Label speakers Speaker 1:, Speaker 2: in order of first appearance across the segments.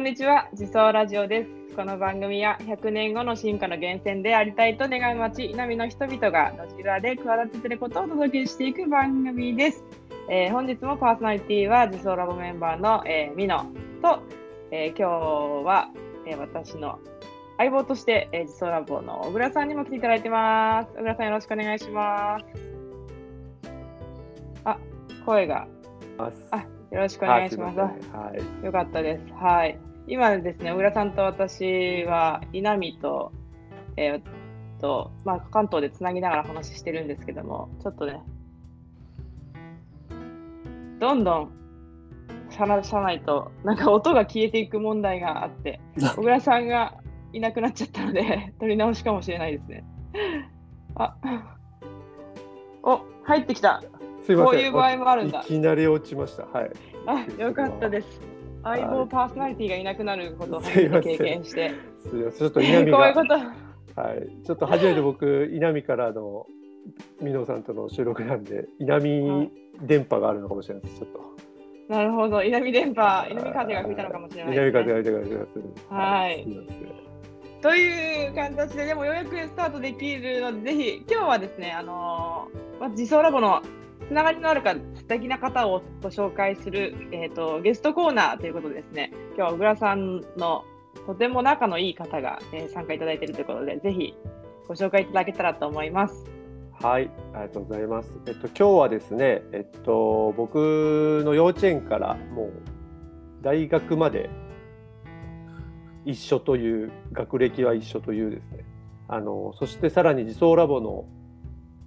Speaker 1: にちは自走ラジオですこの番組は100年後の進化の源泉でありたいと願う町南の人々が路地裏で企てていることをお届けしていく番組です、えー本日もパーソナリティは自走ラボメンバーの、えー、ミノと、えー今日は、えー私の相棒として、えー、自走ラボの小倉さんにも来ていただいてます小倉さんよろしくお願いしますあ声があよろしくお願いします
Speaker 2: あすいませんはい。
Speaker 1: よかったです。はい。今ですね、小倉さんと私は稲見と、えーっと、まあ、関東でつなぎながら話してるんですけども、ちょっとね、どんどん話さないと、なんか音が消えていく問題があ って、小倉さんがいなくなっちゃったので、取り直しかもしれないですね。あ、お、入ってきた。
Speaker 2: すいません。
Speaker 1: こういう場合もあるんだ
Speaker 2: いきなり落ちました。はい。
Speaker 1: あ、よかったです。
Speaker 2: い
Speaker 1: 相棒パーソナリティがいなくなることを初めて経験して、
Speaker 2: すいません。ちょっと
Speaker 1: こう
Speaker 2: 稲見
Speaker 1: いうこ
Speaker 2: が、
Speaker 1: と、
Speaker 2: はい。ちょっと初めて僕稲見からの美濃さんとの収録なんで、稲見電波があるのかもしれないです。ちょっと。
Speaker 1: なるほど、稲見電波、稲見風が吹いたのかもしれない、
Speaker 2: 稲見風が出てくる
Speaker 1: はい
Speaker 2: すいません。
Speaker 1: という形で、でもようやくスタートできるので、ぜひ、今日はですね、あのーまあ、自走ラボのつながりのあるか素敵な方をご紹介する、えー、とゲストコーナーということでですね、今日は小倉さんのとても仲のいい方が、えー参加いただいているということで、ぜひご紹介いただけたらと思います。
Speaker 2: はい、ありがとうございます。えっと今日はですね、えっと僕の幼稚園からもう大学まで一緒という学歴は一緒というですね。あのそしてさらに自走ラボの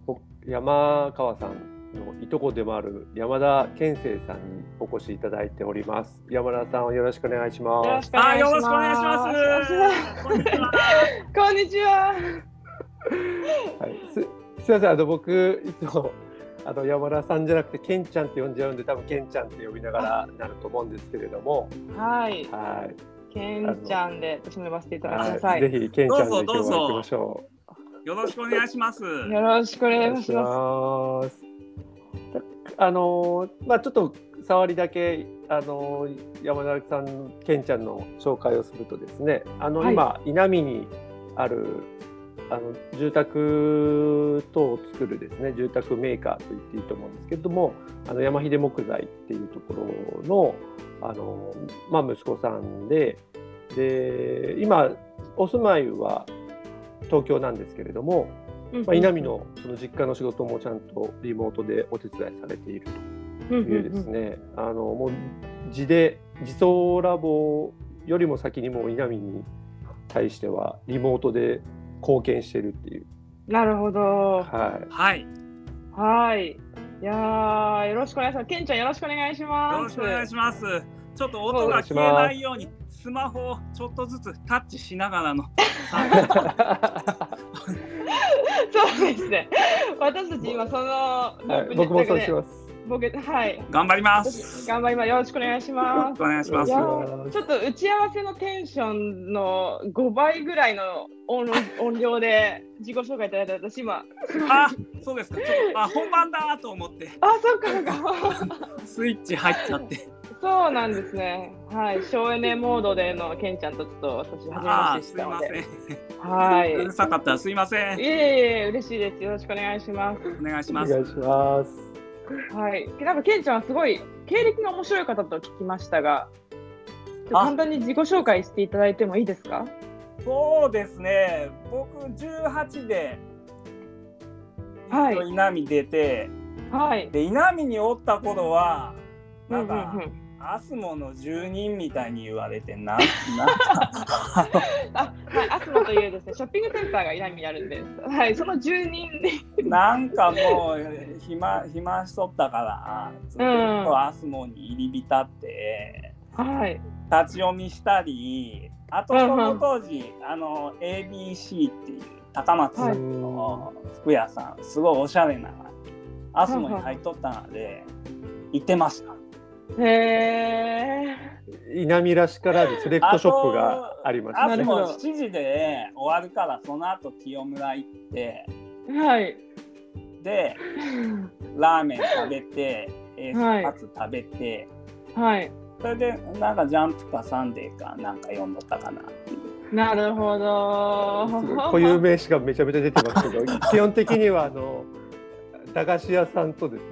Speaker 2: ほ山川さんのいとこでもある山田健生さんにお越しいただいております。山田さんよろしくお願いし
Speaker 1: よろ
Speaker 2: ま
Speaker 1: し
Speaker 2: す。
Speaker 1: くお
Speaker 3: あ、
Speaker 1: 願いし
Speaker 3: よろしくお願いし
Speaker 1: ます。
Speaker 3: ます。こんにちは。
Speaker 1: こんにちは。
Speaker 2: はい、すすいませんあの僕いつもあの山田さんじゃなくてケンちゃんって呼んじゃうんで多分ケンちゃんって呼びながらなると思うんですけれども
Speaker 1: はい。
Speaker 2: は
Speaker 1: けんちゃんで、私も呼ばせてい
Speaker 2: い、
Speaker 1: ただきなさ。
Speaker 2: はいい、ぜひケンちゃんで今
Speaker 3: どうぞどう
Speaker 2: 日
Speaker 3: ぞ
Speaker 2: は行きましょう
Speaker 3: よろしくお願いします。
Speaker 1: よろしくお
Speaker 2: お
Speaker 1: 願いします。
Speaker 2: ますあのーまあちょっと触りだけあのー山田さんケンちゃんの紹介をするとですねあの
Speaker 1: はい
Speaker 2: 今、稲見にあるあの住宅等を作るですね住宅メーカーと言っていいと思うんですけれどもあの山秀木材っていうところのあの、まあ、息子さんでで今お住まいは東京なんですけれども、まあ、稲見のその実家の仕事もちゃんとリモートでお手伝いされている
Speaker 1: うんう
Speaker 2: と
Speaker 1: んう
Speaker 2: い
Speaker 1: ん
Speaker 2: うですね、あのもう地で自走ラボよりも先にもう稲見に対してはリモートで貢献してるっていう、
Speaker 1: なるほど。
Speaker 2: はい、
Speaker 3: はい、よ
Speaker 1: はい。いやー、よろしくお願いします。けんちゃん、よろしくお願いします。
Speaker 3: ろしくお願いします。ちょっと音が消えないように、スマホをちょっとずつタッチしながらの。
Speaker 1: そうですね。私たち今、そのル
Speaker 2: は
Speaker 1: ープ
Speaker 2: い、
Speaker 1: に
Speaker 2: 僕もそう
Speaker 1: 全
Speaker 2: し
Speaker 1: くね
Speaker 2: ます。
Speaker 1: 僕はい。
Speaker 3: 頑張ります。
Speaker 1: 頑張ります。よろしくお願いし
Speaker 3: よろ
Speaker 1: ま。
Speaker 3: しくお願いします
Speaker 1: い
Speaker 3: す。
Speaker 1: や
Speaker 3: よ
Speaker 1: ーちょっと打ち合わせのテンションの5倍ぐらいの音 音量で自己紹介いただいた私今
Speaker 3: あ、そうですか。ちょっとあ、本番だと思って、
Speaker 1: あそっかそっか
Speaker 3: スイッチ入っちゃって。
Speaker 1: そうなんですね。はい、省エネモードでのケンちゃんとちょっと私初めま
Speaker 3: あ
Speaker 1: し
Speaker 3: ー、
Speaker 1: てし
Speaker 3: すい
Speaker 1: た
Speaker 3: ま
Speaker 1: の
Speaker 3: せ
Speaker 1: で。
Speaker 3: ん。
Speaker 1: は
Speaker 3: うる
Speaker 1: い。
Speaker 3: さかったらすいませ
Speaker 1: い
Speaker 3: ん。
Speaker 1: えいえ嬉しいです。よろしくお願いしま
Speaker 3: お願いし
Speaker 2: お
Speaker 3: ま
Speaker 2: 願い
Speaker 3: す。
Speaker 2: します。
Speaker 1: す。はい。なんかケンちゃんはすごい経歴の面白い方と聞きましたが、ちょっと簡単に自己紹介していただいてもいいですか？
Speaker 3: そうですね。僕18で、
Speaker 1: はい
Speaker 3: 稲見出て、
Speaker 1: はい。
Speaker 3: で稲見におった頃はなんか、
Speaker 1: うんうんうん
Speaker 3: アスモの住人みたいに言われてななんか
Speaker 1: あ、はい、アスモというですね、ショッピングセンターが稲見にあるんです。はい、その住人で、
Speaker 3: なん かもう暇暇しとったからずっとアスモに入り浸って
Speaker 1: はい、
Speaker 3: 立ち読みしたりあとその当時、あの ABC っていう高松
Speaker 1: はい
Speaker 3: の服屋さんすごいおしゃれなアスモに入っとったので行ってました。
Speaker 1: へえ、
Speaker 2: 稲見らしからぬセレクトショップがありま
Speaker 3: あ
Speaker 1: な
Speaker 2: すね。
Speaker 3: と
Speaker 1: る
Speaker 3: も
Speaker 1: ほど
Speaker 3: う7時で終わるからその後清村行って
Speaker 1: はい、
Speaker 3: でラーメン食べてエースカツ食べて、
Speaker 1: はい、
Speaker 3: それでなんかジャンプかサンデーかなんか読んどったかなっていう
Speaker 1: なるほど。
Speaker 2: すごい固有名詞がめちゃめちゃ出てますけ ど基本的にはあの駄菓子屋さんとですね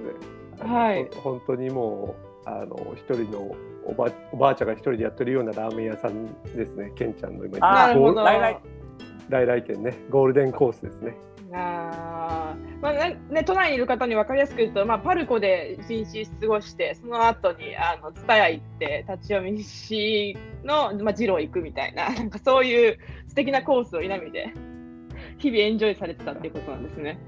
Speaker 2: あの
Speaker 1: はい
Speaker 2: ほ本当にもうあの一人のおばおばあちゃんが一人でやってるようなラーメン屋さんですねケンちゃんの今言った
Speaker 3: あ
Speaker 1: な
Speaker 3: ー
Speaker 1: るほ
Speaker 2: ゴ
Speaker 1: ど。
Speaker 2: ー
Speaker 3: 来来
Speaker 2: 来来店ねゴールデンコースです ね
Speaker 1: あーまあなね、都内にいる方に分かりやすく言うと、まあ、パルコで一日過ごしてその後にあの蔦屋行って立ち読みしの、まあ、二郎行くみたいななんかそういう素敵なコースを稲見で日々エンジョイされてたっていうことなんですね。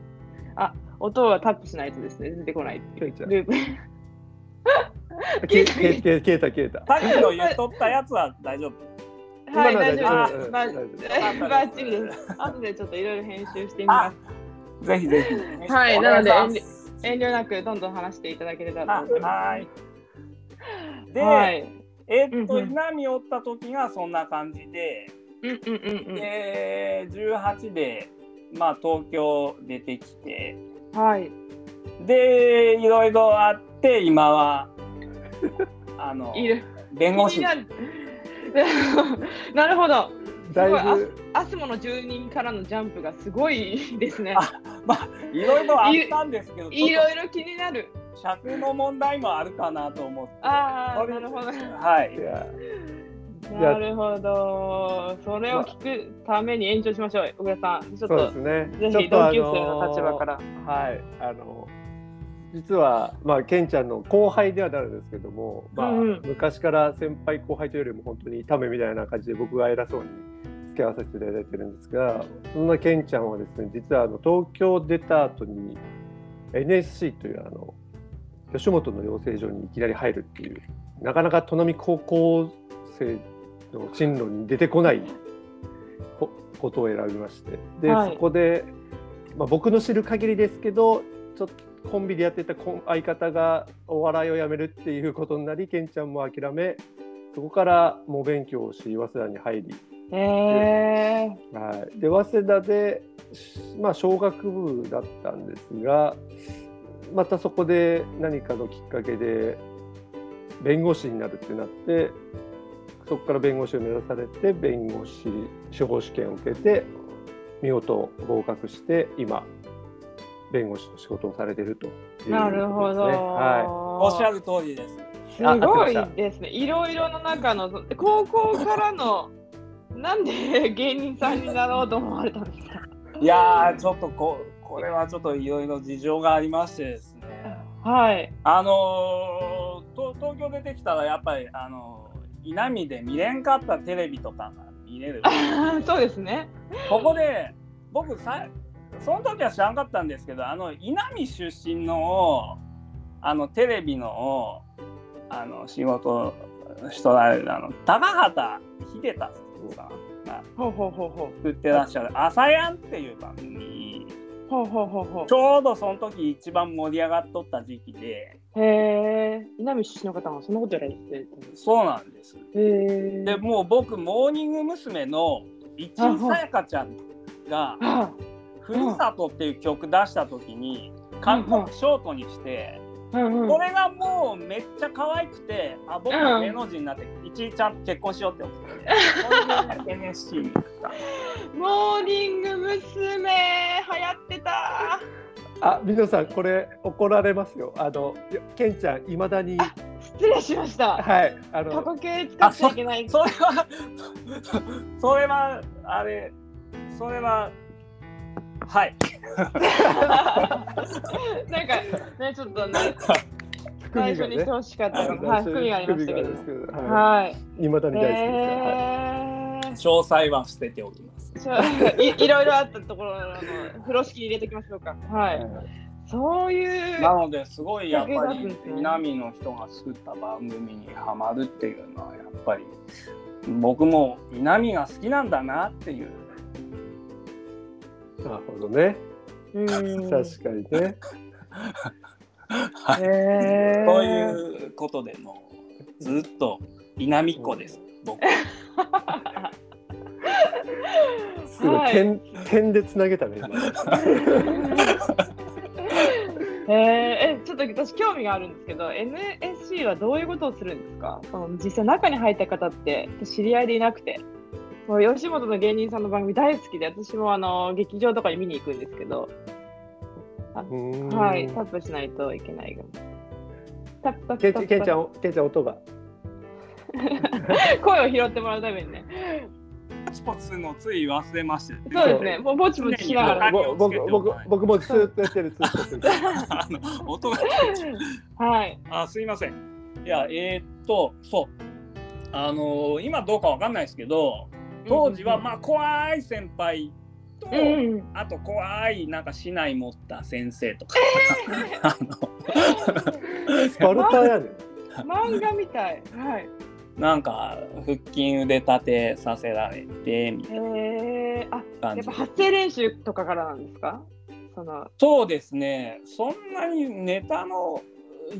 Speaker 1: あ音はタップしないとですね出てこない
Speaker 2: ケンちゃん
Speaker 1: ループ。
Speaker 2: 消え消え消え消えた消えた
Speaker 3: さっきの言っとったやつは大丈夫。
Speaker 2: 今
Speaker 1: はい
Speaker 2: の
Speaker 1: 大丈
Speaker 2: は
Speaker 1: 夫です。まあ
Speaker 2: 大丈夫うん
Speaker 3: 大丈夫
Speaker 1: バッチリです。後でちょっといろいろ編集してみます
Speaker 3: あ。、ぜひぜひ。
Speaker 1: はい
Speaker 3: お願
Speaker 1: なので
Speaker 3: します
Speaker 1: 遠慮なくどんどん話していただければ
Speaker 3: あ
Speaker 1: と思いま
Speaker 3: はい。
Speaker 1: す。
Speaker 3: で、
Speaker 1: はい。
Speaker 3: えーっ
Speaker 1: う
Speaker 3: と、
Speaker 1: んうん
Speaker 3: 稲見おった時がそんな感じで、
Speaker 1: うんうんうん
Speaker 3: で、18で、まあ、東京出てきて、
Speaker 1: うん。はい。
Speaker 3: で、いろいろあって、今は、あの、
Speaker 1: いる。
Speaker 3: 弁護士
Speaker 1: 気に。なる なるほど。
Speaker 2: だ
Speaker 1: すご
Speaker 2: い
Speaker 1: い
Speaker 2: ぶ
Speaker 1: アスモの住人からのジャンプがすごいですね。
Speaker 3: あまあ、いろいろあったんですけど、
Speaker 1: い
Speaker 3: ちょっ
Speaker 1: ろいろ気になる。
Speaker 3: と尺の問題もあるかなと思って。
Speaker 1: ああ、
Speaker 3: れ
Speaker 1: なるほど。
Speaker 3: はい
Speaker 2: い。や
Speaker 1: なるほど。それを聞くために延長しましょう。小倉さん、ちょっ
Speaker 2: そう
Speaker 1: と
Speaker 2: ですね
Speaker 1: ぜ
Speaker 2: ちょ
Speaker 1: ひ
Speaker 2: っと
Speaker 1: 同
Speaker 2: あ
Speaker 1: 級生の立場から。
Speaker 2: はい、あの実は、まあ、ケンちゃんの後輩ではなるんですけども、まあ
Speaker 1: うんうん
Speaker 2: 昔から先輩後輩というよりも本当にためみたいな感じで僕が偉そうに付き合わせていただいてるんですがそんなケンちゃんはですね実はあの東京出た後に NSC というあの吉本の養成所にいきなり入るっていうなかなか都並高校生の進路に出てこないこことを選びましてで、
Speaker 1: はい
Speaker 2: そこで、まあ、僕の知る限りですけどちょっとコンビでやってたコン相方がお笑いをやめるっていうことになりケンちゃんも諦めそこから猛勉強をし早稲田に入り、
Speaker 1: ええ
Speaker 2: はい、で早稲田で、しまあ、小学部だったんですがまたそこで何かのきっかけで弁護士になるってなってそこから弁護士を目指されて弁護士司法試験を受けて見事合格して今弁護士の仕事をされてるということです、
Speaker 1: ー、
Speaker 2: ね。
Speaker 1: なるほど。
Speaker 2: は
Speaker 3: おっしゃる通りです。
Speaker 1: す
Speaker 2: あ合って
Speaker 1: ご
Speaker 2: ま
Speaker 1: い
Speaker 2: した
Speaker 1: ですね。いろいろの中のそ高校からのなんで芸人さんになろうと思われたんですか。
Speaker 3: いやーちょっとここれはちょっといろいろ事情がありましてですね
Speaker 1: はい。
Speaker 3: あのー、と東京出てきたらやっぱりあのー稲見で見れんかったテレビとかが見れる
Speaker 1: そうですね。
Speaker 3: ここで僕さその時は知らんかったんですけどあの稲見出身のあのテレビのあの仕事しとられるあの高畑秀太さんが
Speaker 1: ほうほうほうほ
Speaker 3: 作ってらっしゃる「朝やん」っていう番組に
Speaker 1: う。ほうほうほうほ
Speaker 3: ちょうどその時一番盛り上がっとった時期で、
Speaker 1: う。へえ。稲見出身の方はそんなことやられてるんですね。
Speaker 3: そうなんです。
Speaker 1: へ
Speaker 3: で
Speaker 1: え。
Speaker 3: もう僕、モーニング娘。の一井さやかちゃんが
Speaker 1: あ
Speaker 3: 「ふるさと」っていう曲出した時に、韓国ショートにして、
Speaker 1: うんうん。
Speaker 3: これがもうめっちゃ可愛くて、あ僕も芸能人になって、一井ちゃんと結婚しようって思って、それで NSC に行った。
Speaker 1: モーニング娘。流行ってた。
Speaker 2: あ、美濃さん、これ怒られますよ。あの、いやケンちゃん、いまだに、
Speaker 1: 失礼しました。
Speaker 2: はい、あ
Speaker 1: 過
Speaker 2: の、
Speaker 1: 去形使っちゃいけない。
Speaker 3: それは、それは、あれ、それは、はい。
Speaker 1: なんかねちょっとね
Speaker 2: 含
Speaker 1: 最初に
Speaker 2: みが
Speaker 1: して
Speaker 2: ね。
Speaker 1: ほしかったのが、は、
Speaker 2: はい
Speaker 1: 含みがありましたけど。
Speaker 2: 含みがありますけどは
Speaker 1: はい。
Speaker 2: い、未だに大好きですね。
Speaker 1: えー
Speaker 3: 詳細は捨てておきます。
Speaker 1: じゃあ いいろいろあったところの風呂敷に入れておきましょうか。は
Speaker 2: はい
Speaker 1: い。
Speaker 2: はい
Speaker 1: そういう。
Speaker 3: なのですごいやっぱ
Speaker 1: 逆にな
Speaker 3: り
Speaker 1: ってんですね
Speaker 3: 南の人が作った番組にハマるっていうのはやっぱり僕も南が好きなんだなっていう
Speaker 2: なるほどね。
Speaker 1: うん。
Speaker 2: 確かにね。
Speaker 1: へー
Speaker 3: そういうことでもうずっと南っ子です僕
Speaker 2: すご、
Speaker 1: はいい
Speaker 2: 点、点でつなげたね。今
Speaker 1: えーえ、ちょっと時私興味があるんですけど NSC はどういうことをするんですかその実際中に入った方って私知り合いでいなくてもう吉本の芸人さんの番組大好きで私もあの劇場とかに見に行くんですけど、はい、タップしないといけないかもタップタッ
Speaker 2: け
Speaker 1: プタ
Speaker 2: ん
Speaker 1: ップ
Speaker 2: けんちゃん、けんちゃん音が。
Speaker 1: 声を拾ってもらうためにね
Speaker 3: ポツポツのつい忘れましたよね
Speaker 1: そうですねもうぼちぼちしながら
Speaker 3: は
Speaker 2: あ
Speaker 3: い
Speaker 2: ぼ僕僕僕もずーっとやってる。ずーっとやってる
Speaker 3: あの音が
Speaker 1: はい
Speaker 3: あすいませんいやえーっとそうあのー今どうかわかんないですけど当時はまあ怖い先輩と、
Speaker 1: うんうんうん
Speaker 3: あと怖いなんか市内持った先生とか、 あの
Speaker 2: スパルタやねん。
Speaker 1: 漫画みたいはい
Speaker 3: なんか腹筋腕立てさせられてみたい
Speaker 1: へえあ
Speaker 3: な感
Speaker 1: や
Speaker 3: じ
Speaker 1: っぱ
Speaker 3: で
Speaker 1: 発声練習とかからなんですかその
Speaker 3: そうですねそんなにネタの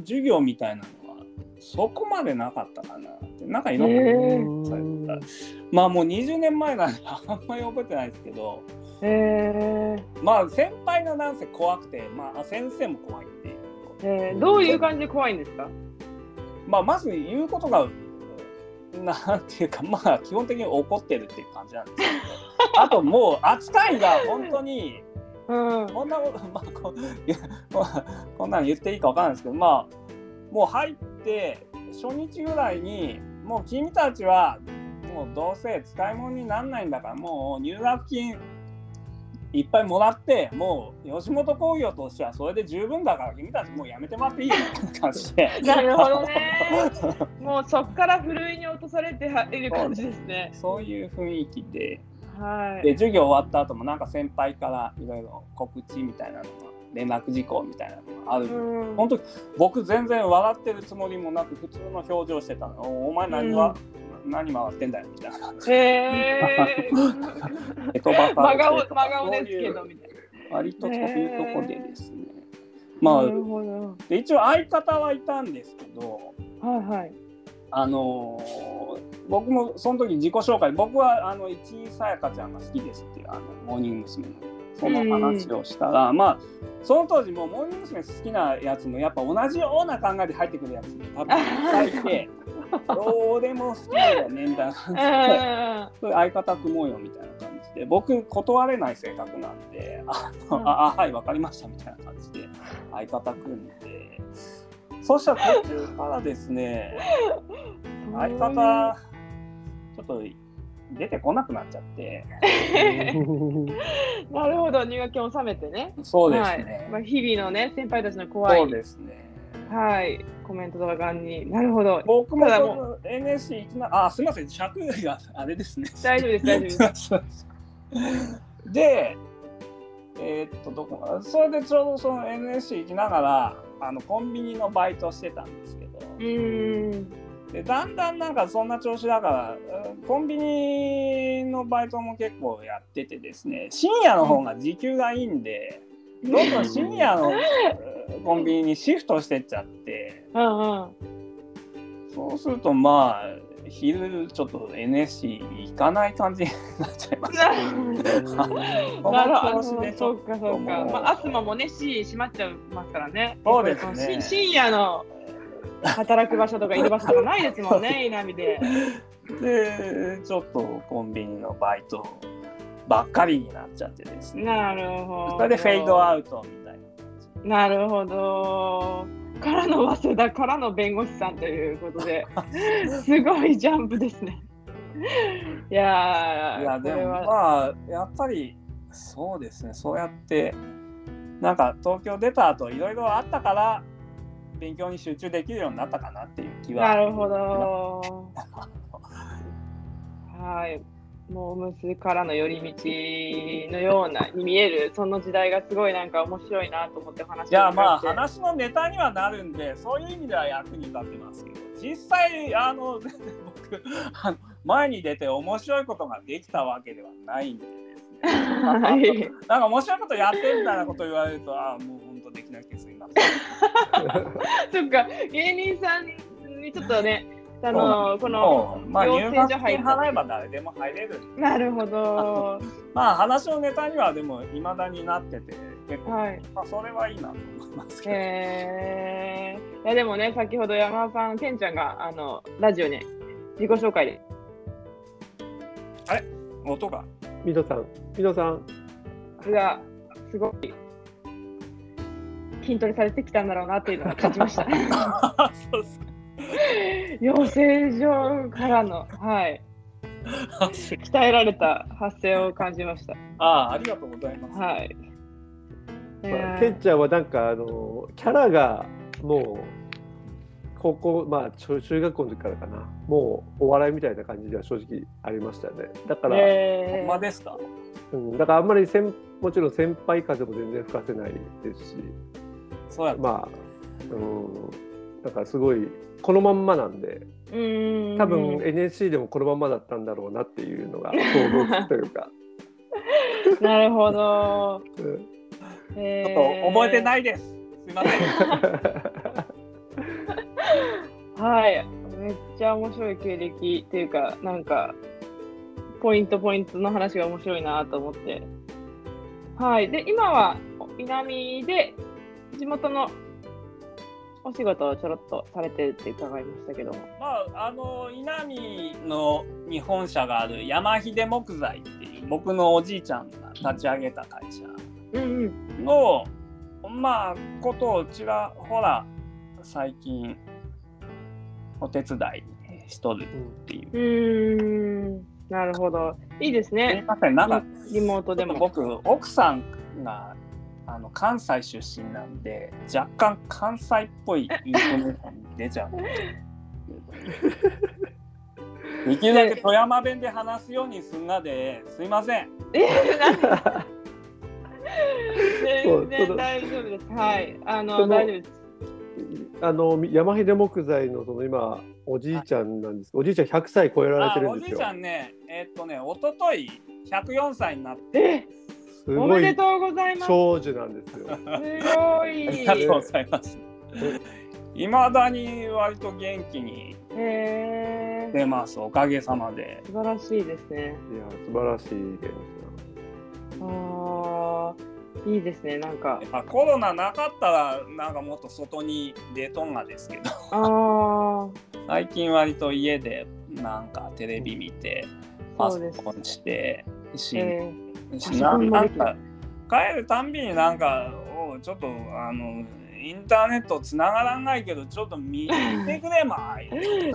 Speaker 3: 授業みたいなのはそこまでなかったかなってなんかいろんな
Speaker 1: へえ
Speaker 2: うん
Speaker 3: まあもう20年前なんであんまり覚えてないですけど
Speaker 1: えー
Speaker 3: まあ先輩の男性怖くて、まあ、先生も怖いっていう
Speaker 1: えーどういう感じで怖いんですか
Speaker 3: まあまず言うことがなんていうかまあ基本的に怒ってるっていう感じなんですけどあともう扱いが本当に
Speaker 1: うん
Speaker 3: こんなこと、まあ、こいやまあこんなの言っていいかわかんないですけど、まあ、もう入って初日ぐらいに、もう君たちは、もうどうせ使い物にならないんだから、もう入学金いっぱいもらって、もう吉本興業としてはそれで十分だから、君たちもうやめてもらっていいよって感じで
Speaker 1: 。なるほどね。 もうそこからふるいに落とされている感じですね。
Speaker 3: そういう雰囲気で、
Speaker 1: は
Speaker 3: で、授業終わった後も、なんか先輩からいろいろ告知みたいなのが、連絡事項みたいなのがある
Speaker 1: い。うん
Speaker 3: 本当に僕全然笑ってるつもりもなく普通の表情してたのおお前何は、何回ってんだよみ たいな感じ
Speaker 1: へ ー
Speaker 3: で飛ば
Speaker 1: 真
Speaker 3: さ
Speaker 1: 顔
Speaker 3: れて
Speaker 1: 真顔ですけどみたい
Speaker 3: 割とそういうとこでですね、
Speaker 1: な。な
Speaker 3: まあ
Speaker 1: るほど。
Speaker 3: で一応相方はいたんですけど
Speaker 1: はいはい。
Speaker 3: あのー僕もその時自己紹介僕はあの市井さやかちゃんが好きですっていうあのモーニング娘。のその話をしたら、まあその当時もうモーニング娘。好きなやつもやっぱ同じような考えで入ってくるやつ多分いっぱい いてどうでも好きだよねみたいな感じで
Speaker 1: う
Speaker 3: そういう相方組もうよみたいな感じで僕断れない性格なんであの、
Speaker 1: うん
Speaker 3: ああはいわかりましたみたいな感じで相方組んでそしたら途中からですね
Speaker 1: ん
Speaker 3: 相方ちょっと出てこなくなっち ゃって
Speaker 1: なるほど入学金収めてね。
Speaker 3: そうです
Speaker 1: はい
Speaker 3: ね、
Speaker 1: まあ日々のね先輩たちの怖
Speaker 3: そう
Speaker 1: い
Speaker 3: ですね
Speaker 1: はいコメントとかがんになるほど。
Speaker 3: 僕も
Speaker 1: ただ
Speaker 3: そ
Speaker 1: もう
Speaker 3: の NSC 行きなあすみません尺があれですね
Speaker 1: 大丈夫です大丈夫 です。
Speaker 3: で、えーっと、どこかなそれでちょうどその NSC 行きながら、あのコンビニのバイトしてたんですけど、
Speaker 1: うーん。
Speaker 3: でだんだんなんかそんな調子だから、うんコンビニのバイトも結構やっててですね、深夜の方が時給がいいんで、どんどん深夜のうんコンビニにシフトしてっちゃって、
Speaker 1: うんうん。
Speaker 3: そうするとまあ、昼ちょっと NSC 行かない感じになっちゃいました。
Speaker 1: なるほ
Speaker 3: その調子で
Speaker 1: ど、
Speaker 3: ちょっと
Speaker 1: そうかそうか。
Speaker 3: もう
Speaker 1: まあ、アスマもね、し閉まっちゃいますからね。
Speaker 3: そうですね
Speaker 1: し深夜の働く場所とかいる場所とかないですもん ね、稲見で。
Speaker 3: でちょっとコンビニのバイトばっかりになっちゃってですね
Speaker 1: なるほど。
Speaker 3: それでフェードアウトみたい
Speaker 1: な
Speaker 3: な
Speaker 1: るほど。からの早稲田からの弁護士さんということ で、すごいジャンプですね。いやー、
Speaker 3: いやで
Speaker 1: これ
Speaker 3: も
Speaker 1: は
Speaker 3: まあやっぱりそうですねそうやってなんか東京出た後いろいろあったから勉強に集中できるようになったかなっていう気は
Speaker 1: なるほど。はい。もうおむすからの寄り道のようなに見えるその時代がすごいなんか面白いなと思ってお話を伺って
Speaker 3: いやまあ話のネタにはなるんでそういう意味では役に立ってますけど実際あの 全然僕あの前に出て面白いことができたわけではないん でですね
Speaker 1: はい
Speaker 3: なんか面白いことやってみたいなこと言われるとああもう本当できなきゃすいま
Speaker 1: そっか芸人さんにちょっとねあ
Speaker 3: せん
Speaker 1: のこの
Speaker 3: もうまあ
Speaker 1: 養
Speaker 3: 入
Speaker 1: 成
Speaker 3: 学
Speaker 1: 所入
Speaker 3: 金
Speaker 1: った
Speaker 3: 払えば誰でも入れる
Speaker 1: なるほど
Speaker 3: まあ話のネタにはでもいまだになってて結構、
Speaker 1: はい
Speaker 3: まあ、それはいいなと思いますけど、
Speaker 1: えいやでもね、先ほど山田さん、けんちゃんがあのラジオね、自己紹介で、
Speaker 3: 音が。
Speaker 2: みのさん、みのさん、
Speaker 1: がすごい筋トレされてきたんだろうなっていうのを感じました。
Speaker 3: そうっす
Speaker 1: 養成所からの、はい、
Speaker 3: か
Speaker 1: 鍛えられた発声を感じました。
Speaker 3: ああ、ありがとうございます。
Speaker 1: はい。
Speaker 2: まあ、
Speaker 1: え
Speaker 2: け
Speaker 1: ー
Speaker 2: んちゃんはなんかあのキャラがもう高校まあ中中学校の時からかなもうお笑いみたいな感じでは正直ありましたよねだから、
Speaker 3: ほ
Speaker 1: え
Speaker 3: ん
Speaker 1: ー
Speaker 3: まですか
Speaker 2: うん、だからあんまり先もちろん先輩風も全然吹かせないですし
Speaker 3: そうやった。
Speaker 2: まあうんだからすごいこのまんまなんで
Speaker 1: うーん
Speaker 2: 多分 NSC でもこのまんまだったんだろうなっていうのが想像つくという か、
Speaker 1: なるほど。
Speaker 2: うん
Speaker 1: え。
Speaker 3: ちょっと覚えてないいです。すいません。
Speaker 1: はい。めっちゃ面白い経歴っていうか、なんか、ポイントポイントの話が面白いなと思って。はい。で、今は南で地元のお仕事をちょろっとされてるって伺いましたけども。
Speaker 3: まあ、あの稲見の日本社がある山秀木材っていう僕のおじいちゃんが立ち上げた会社
Speaker 1: うんうん。
Speaker 3: の、まあことをちらほら最近お手伝いしとるっていう。
Speaker 1: うーん。なるほど。いいです
Speaker 3: すい
Speaker 1: ね。
Speaker 3: ませんなんか
Speaker 1: リリモートでも
Speaker 3: ちょっと僕奥さんがあの関西出身なんで若干関西っぽいイントネーション出ちゃう。できるだけ富山弁で話すようにすんなですいません。
Speaker 1: え、なんで
Speaker 2: そう
Speaker 1: 全
Speaker 2: そ
Speaker 1: 然
Speaker 2: の
Speaker 1: 大丈夫です。はい。あ
Speaker 2: そ
Speaker 1: の、
Speaker 2: の
Speaker 1: 大丈夫です。
Speaker 2: あの山秀木材のその今おじいちゃんなんです、おじいちゃん100歳超えられて
Speaker 3: あ
Speaker 2: る
Speaker 3: お
Speaker 2: んで
Speaker 3: じ
Speaker 2: す
Speaker 3: い
Speaker 2: よ
Speaker 3: ちゃんねえーっとね一昨日104歳になって
Speaker 1: え、
Speaker 2: す
Speaker 1: お
Speaker 2: ご
Speaker 1: めで
Speaker 2: い
Speaker 1: とうございます。す
Speaker 2: 長寿なんですよ
Speaker 1: ごい。
Speaker 3: あ りがとうございます
Speaker 2: え。
Speaker 3: いまだに割と元気に
Speaker 1: へえ
Speaker 3: 出ますおかげさまで。
Speaker 1: 素晴らしいですね。
Speaker 2: いや素晴らしい元気
Speaker 1: あーいいですね、なんか。
Speaker 3: まあ、コロナなかったらなんかもっと外に出とんがですけど
Speaker 1: ああ、
Speaker 3: 最近割と家でなんかテレビ見てパ
Speaker 1: そう
Speaker 3: ソ
Speaker 1: です。
Speaker 3: コンしてし、
Speaker 1: え
Speaker 3: し
Speaker 1: パソ
Speaker 3: な
Speaker 1: コンも
Speaker 3: な
Speaker 1: で
Speaker 3: ん
Speaker 1: きる
Speaker 3: か帰るたんびになんかおうちょっとあのインターネットつながらないけどちょっと見見てくれまい
Speaker 1: ー、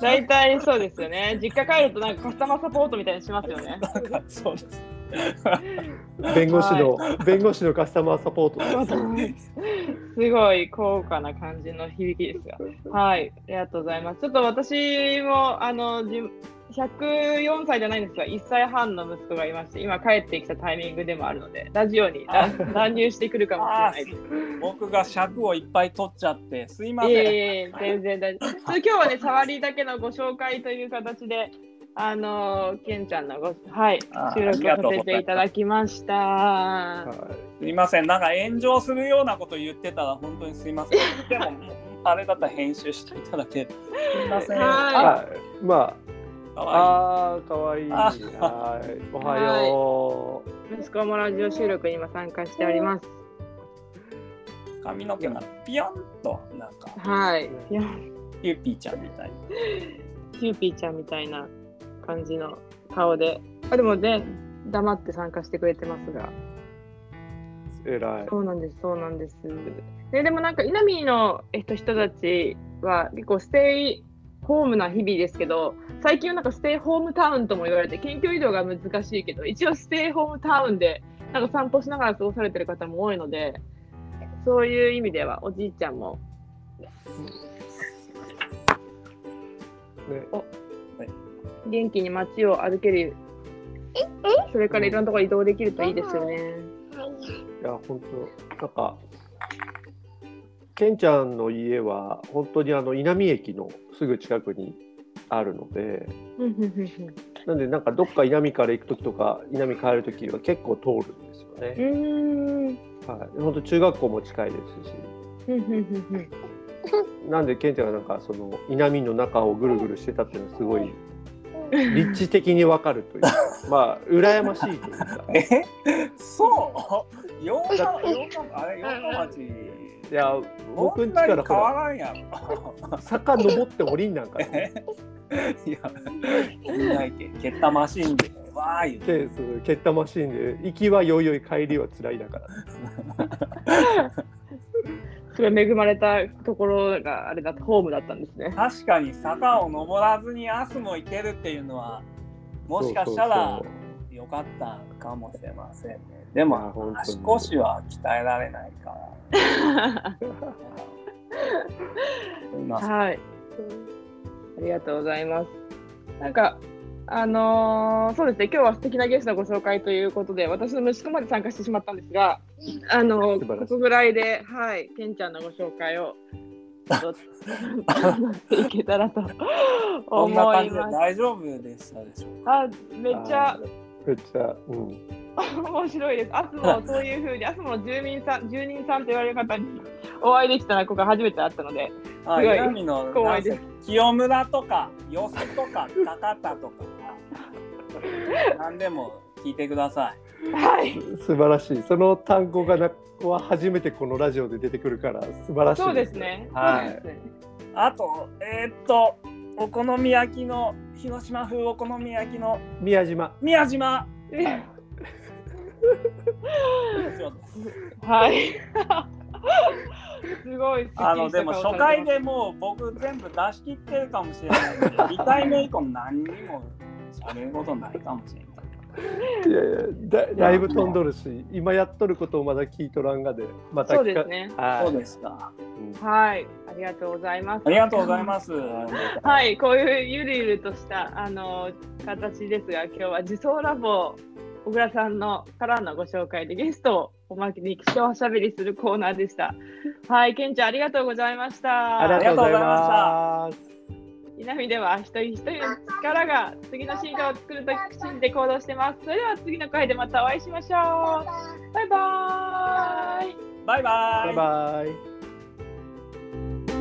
Speaker 1: 大体そうですよね。実家帰るとなんかカスタマーサポートみたいにしますよね。
Speaker 3: なんかそうです
Speaker 2: ですな弁護士の、弁護士のカスタマーサポートです
Speaker 1: すごい高価な感じの響きですが。はい、ありがとうございます。ちょっと私もあのじ104歳じゃないんですが、1歳半の息子がいまして、今帰ってきたタイミングでもあるので、ラジオに
Speaker 3: あ
Speaker 1: 乱入してくるかもしれ
Speaker 3: あ
Speaker 1: ないです。
Speaker 3: ー僕が尺をいっぱい取っちゃってすいません、
Speaker 1: いえいえいえ全然大 丈夫。ちょっと今日はね、触りだけのご紹介という形で、あのー、けんちゃんのご、はい
Speaker 3: あ、ー
Speaker 1: 収録をさせていただきました。
Speaker 2: はい
Speaker 3: すいません、なんか炎上するようなこと言ってたら本当にすいません。でも、あれだったら編集していただける。すいません。
Speaker 1: は
Speaker 2: はいま
Speaker 3: か
Speaker 2: あ
Speaker 3: わ
Speaker 2: あーかわいい
Speaker 3: あ
Speaker 2: はいおはよう
Speaker 1: 息子もラジオ収録に今参加しております。
Speaker 3: いい。髪の毛がピヨンと、なんか、
Speaker 1: はい。いや、
Speaker 3: キューピーちゃんみたい
Speaker 1: キューピーちゃんみたいな感じの顔で。あ、でもね、黙って参加してくれてますが。
Speaker 2: えらい
Speaker 1: そうなんです、そうなんです。ででもなんか、稲見の、えっと、人たちは結構ステイホームな日々ですけど、最近はなんかステイホームタウンとも言われて、近距離移動が難しいけど、一応ステイホームタウンで、なんか散歩しながら過ごされてる方も多いので、そういう意味では、おじいちゃんも、
Speaker 2: ね
Speaker 1: 元気に街を歩ける、それからいろんなところ移動できるといいですよね。
Speaker 2: いや本当なんかけんちゃんの家は本当にあの稲見駅のすぐ近くにあるので
Speaker 1: ふんふんふんふんう
Speaker 2: なんでなんかどっか稲見から行く時とか稲見帰る時は結構通るんですよね。
Speaker 1: ーん
Speaker 2: はい、本当中学校も近いですし
Speaker 1: ふんふんふんふん
Speaker 2: なんでケンちゃんがなんかその稲見の中をぐるぐるしてたっていうのはすごい立地的にわかるというかまあ羨ましいというか
Speaker 3: な。えそう洋館、洋館、あれ、洋館町
Speaker 2: いや僕
Speaker 3: 僕
Speaker 2: ん
Speaker 3: ん
Speaker 2: ち
Speaker 3: ち
Speaker 2: か
Speaker 3: からら
Speaker 2: ほ
Speaker 3: 変わ
Speaker 2: ら
Speaker 3: らんやろ。
Speaker 2: 坂登って降りんなんかね
Speaker 3: いや、みんなけ蹴ったマシンで、わーい
Speaker 2: ケース蹴ったマシンで行きはよいよい帰りは辛いだから
Speaker 1: それ恵まれたところがあれだったホームだったんです ね。
Speaker 3: 確かに坂を登らずに明日も行けるっていうのは、もしかしたら
Speaker 2: そうそうそう
Speaker 3: 良かったかもしれませんね。
Speaker 2: い
Speaker 3: で
Speaker 2: や本
Speaker 3: も、
Speaker 2: 当
Speaker 3: 足
Speaker 2: に
Speaker 3: 腰は鍛えられないから。まあ
Speaker 1: はい。ありがとうございます。なんか、あのーそうですね、今日は素敵なゲストのご紹介ということで、私の息子まで参加してしまったんですが、あの
Speaker 2: 素晴らし
Speaker 1: こ
Speaker 2: い
Speaker 1: こぐらいで、はい、けんちゃんのご紹介を、ちょっと やっていけたらと
Speaker 3: こ
Speaker 1: 思
Speaker 3: んな感
Speaker 1: い
Speaker 3: じで
Speaker 1: ます。
Speaker 3: 大丈夫でしたでしょうか
Speaker 1: あめっちゃ
Speaker 2: あーめっちゃうん
Speaker 1: 面白いです。アスモそういう風に、アスモの住民さん、住人さんと言われる方にお会いできたのは、ここが初めて会ったので、
Speaker 3: あ
Speaker 1: すごい
Speaker 3: 南の
Speaker 1: 怖いです
Speaker 3: なんせ清村とか寄せとか高田とか 何でも聞いてください。
Speaker 1: はい、
Speaker 2: 素晴らしいその単語がなは初めてこのラジオで出てくるから素晴らしい
Speaker 1: そうですね。
Speaker 2: はい
Speaker 1: そうですね
Speaker 3: あとえーっとお好み焼きの広島風お好み焼きの
Speaker 2: 宮島
Speaker 3: 宮島
Speaker 1: はい
Speaker 3: 以上です
Speaker 1: はい。 すごい。
Speaker 3: あのでも初回。でもう僕全部出し切ってるかもしれないんで2回目以降何にも喋ることないかもしれない。
Speaker 2: いやいやだだいぶ飛んどるし今やっとることをまだ聞いとらんがでまた
Speaker 1: そう
Speaker 2: 聞
Speaker 1: で
Speaker 2: か
Speaker 1: すね。
Speaker 2: はい
Speaker 3: そうですか。
Speaker 2: うん
Speaker 1: はい。ありがとうございます
Speaker 3: あ。りがとうございます。
Speaker 1: はい、こういうゆるゆるとしたあの形ですが、今日は自走ラボ小倉さんのからのご紹介でゲストをお招きに貴重おしゃべりするコーナーでした。はい、けんちゃんありがとうございました。
Speaker 2: ありがとうござい
Speaker 3: あ
Speaker 2: ます
Speaker 1: 南では一人一人の力が次の進化を作ると信じて行動してます。それでは次の回でまたお会いしましょう。バイバーイ。
Speaker 3: バイバ
Speaker 2: バ
Speaker 3: イ
Speaker 2: イ。バイ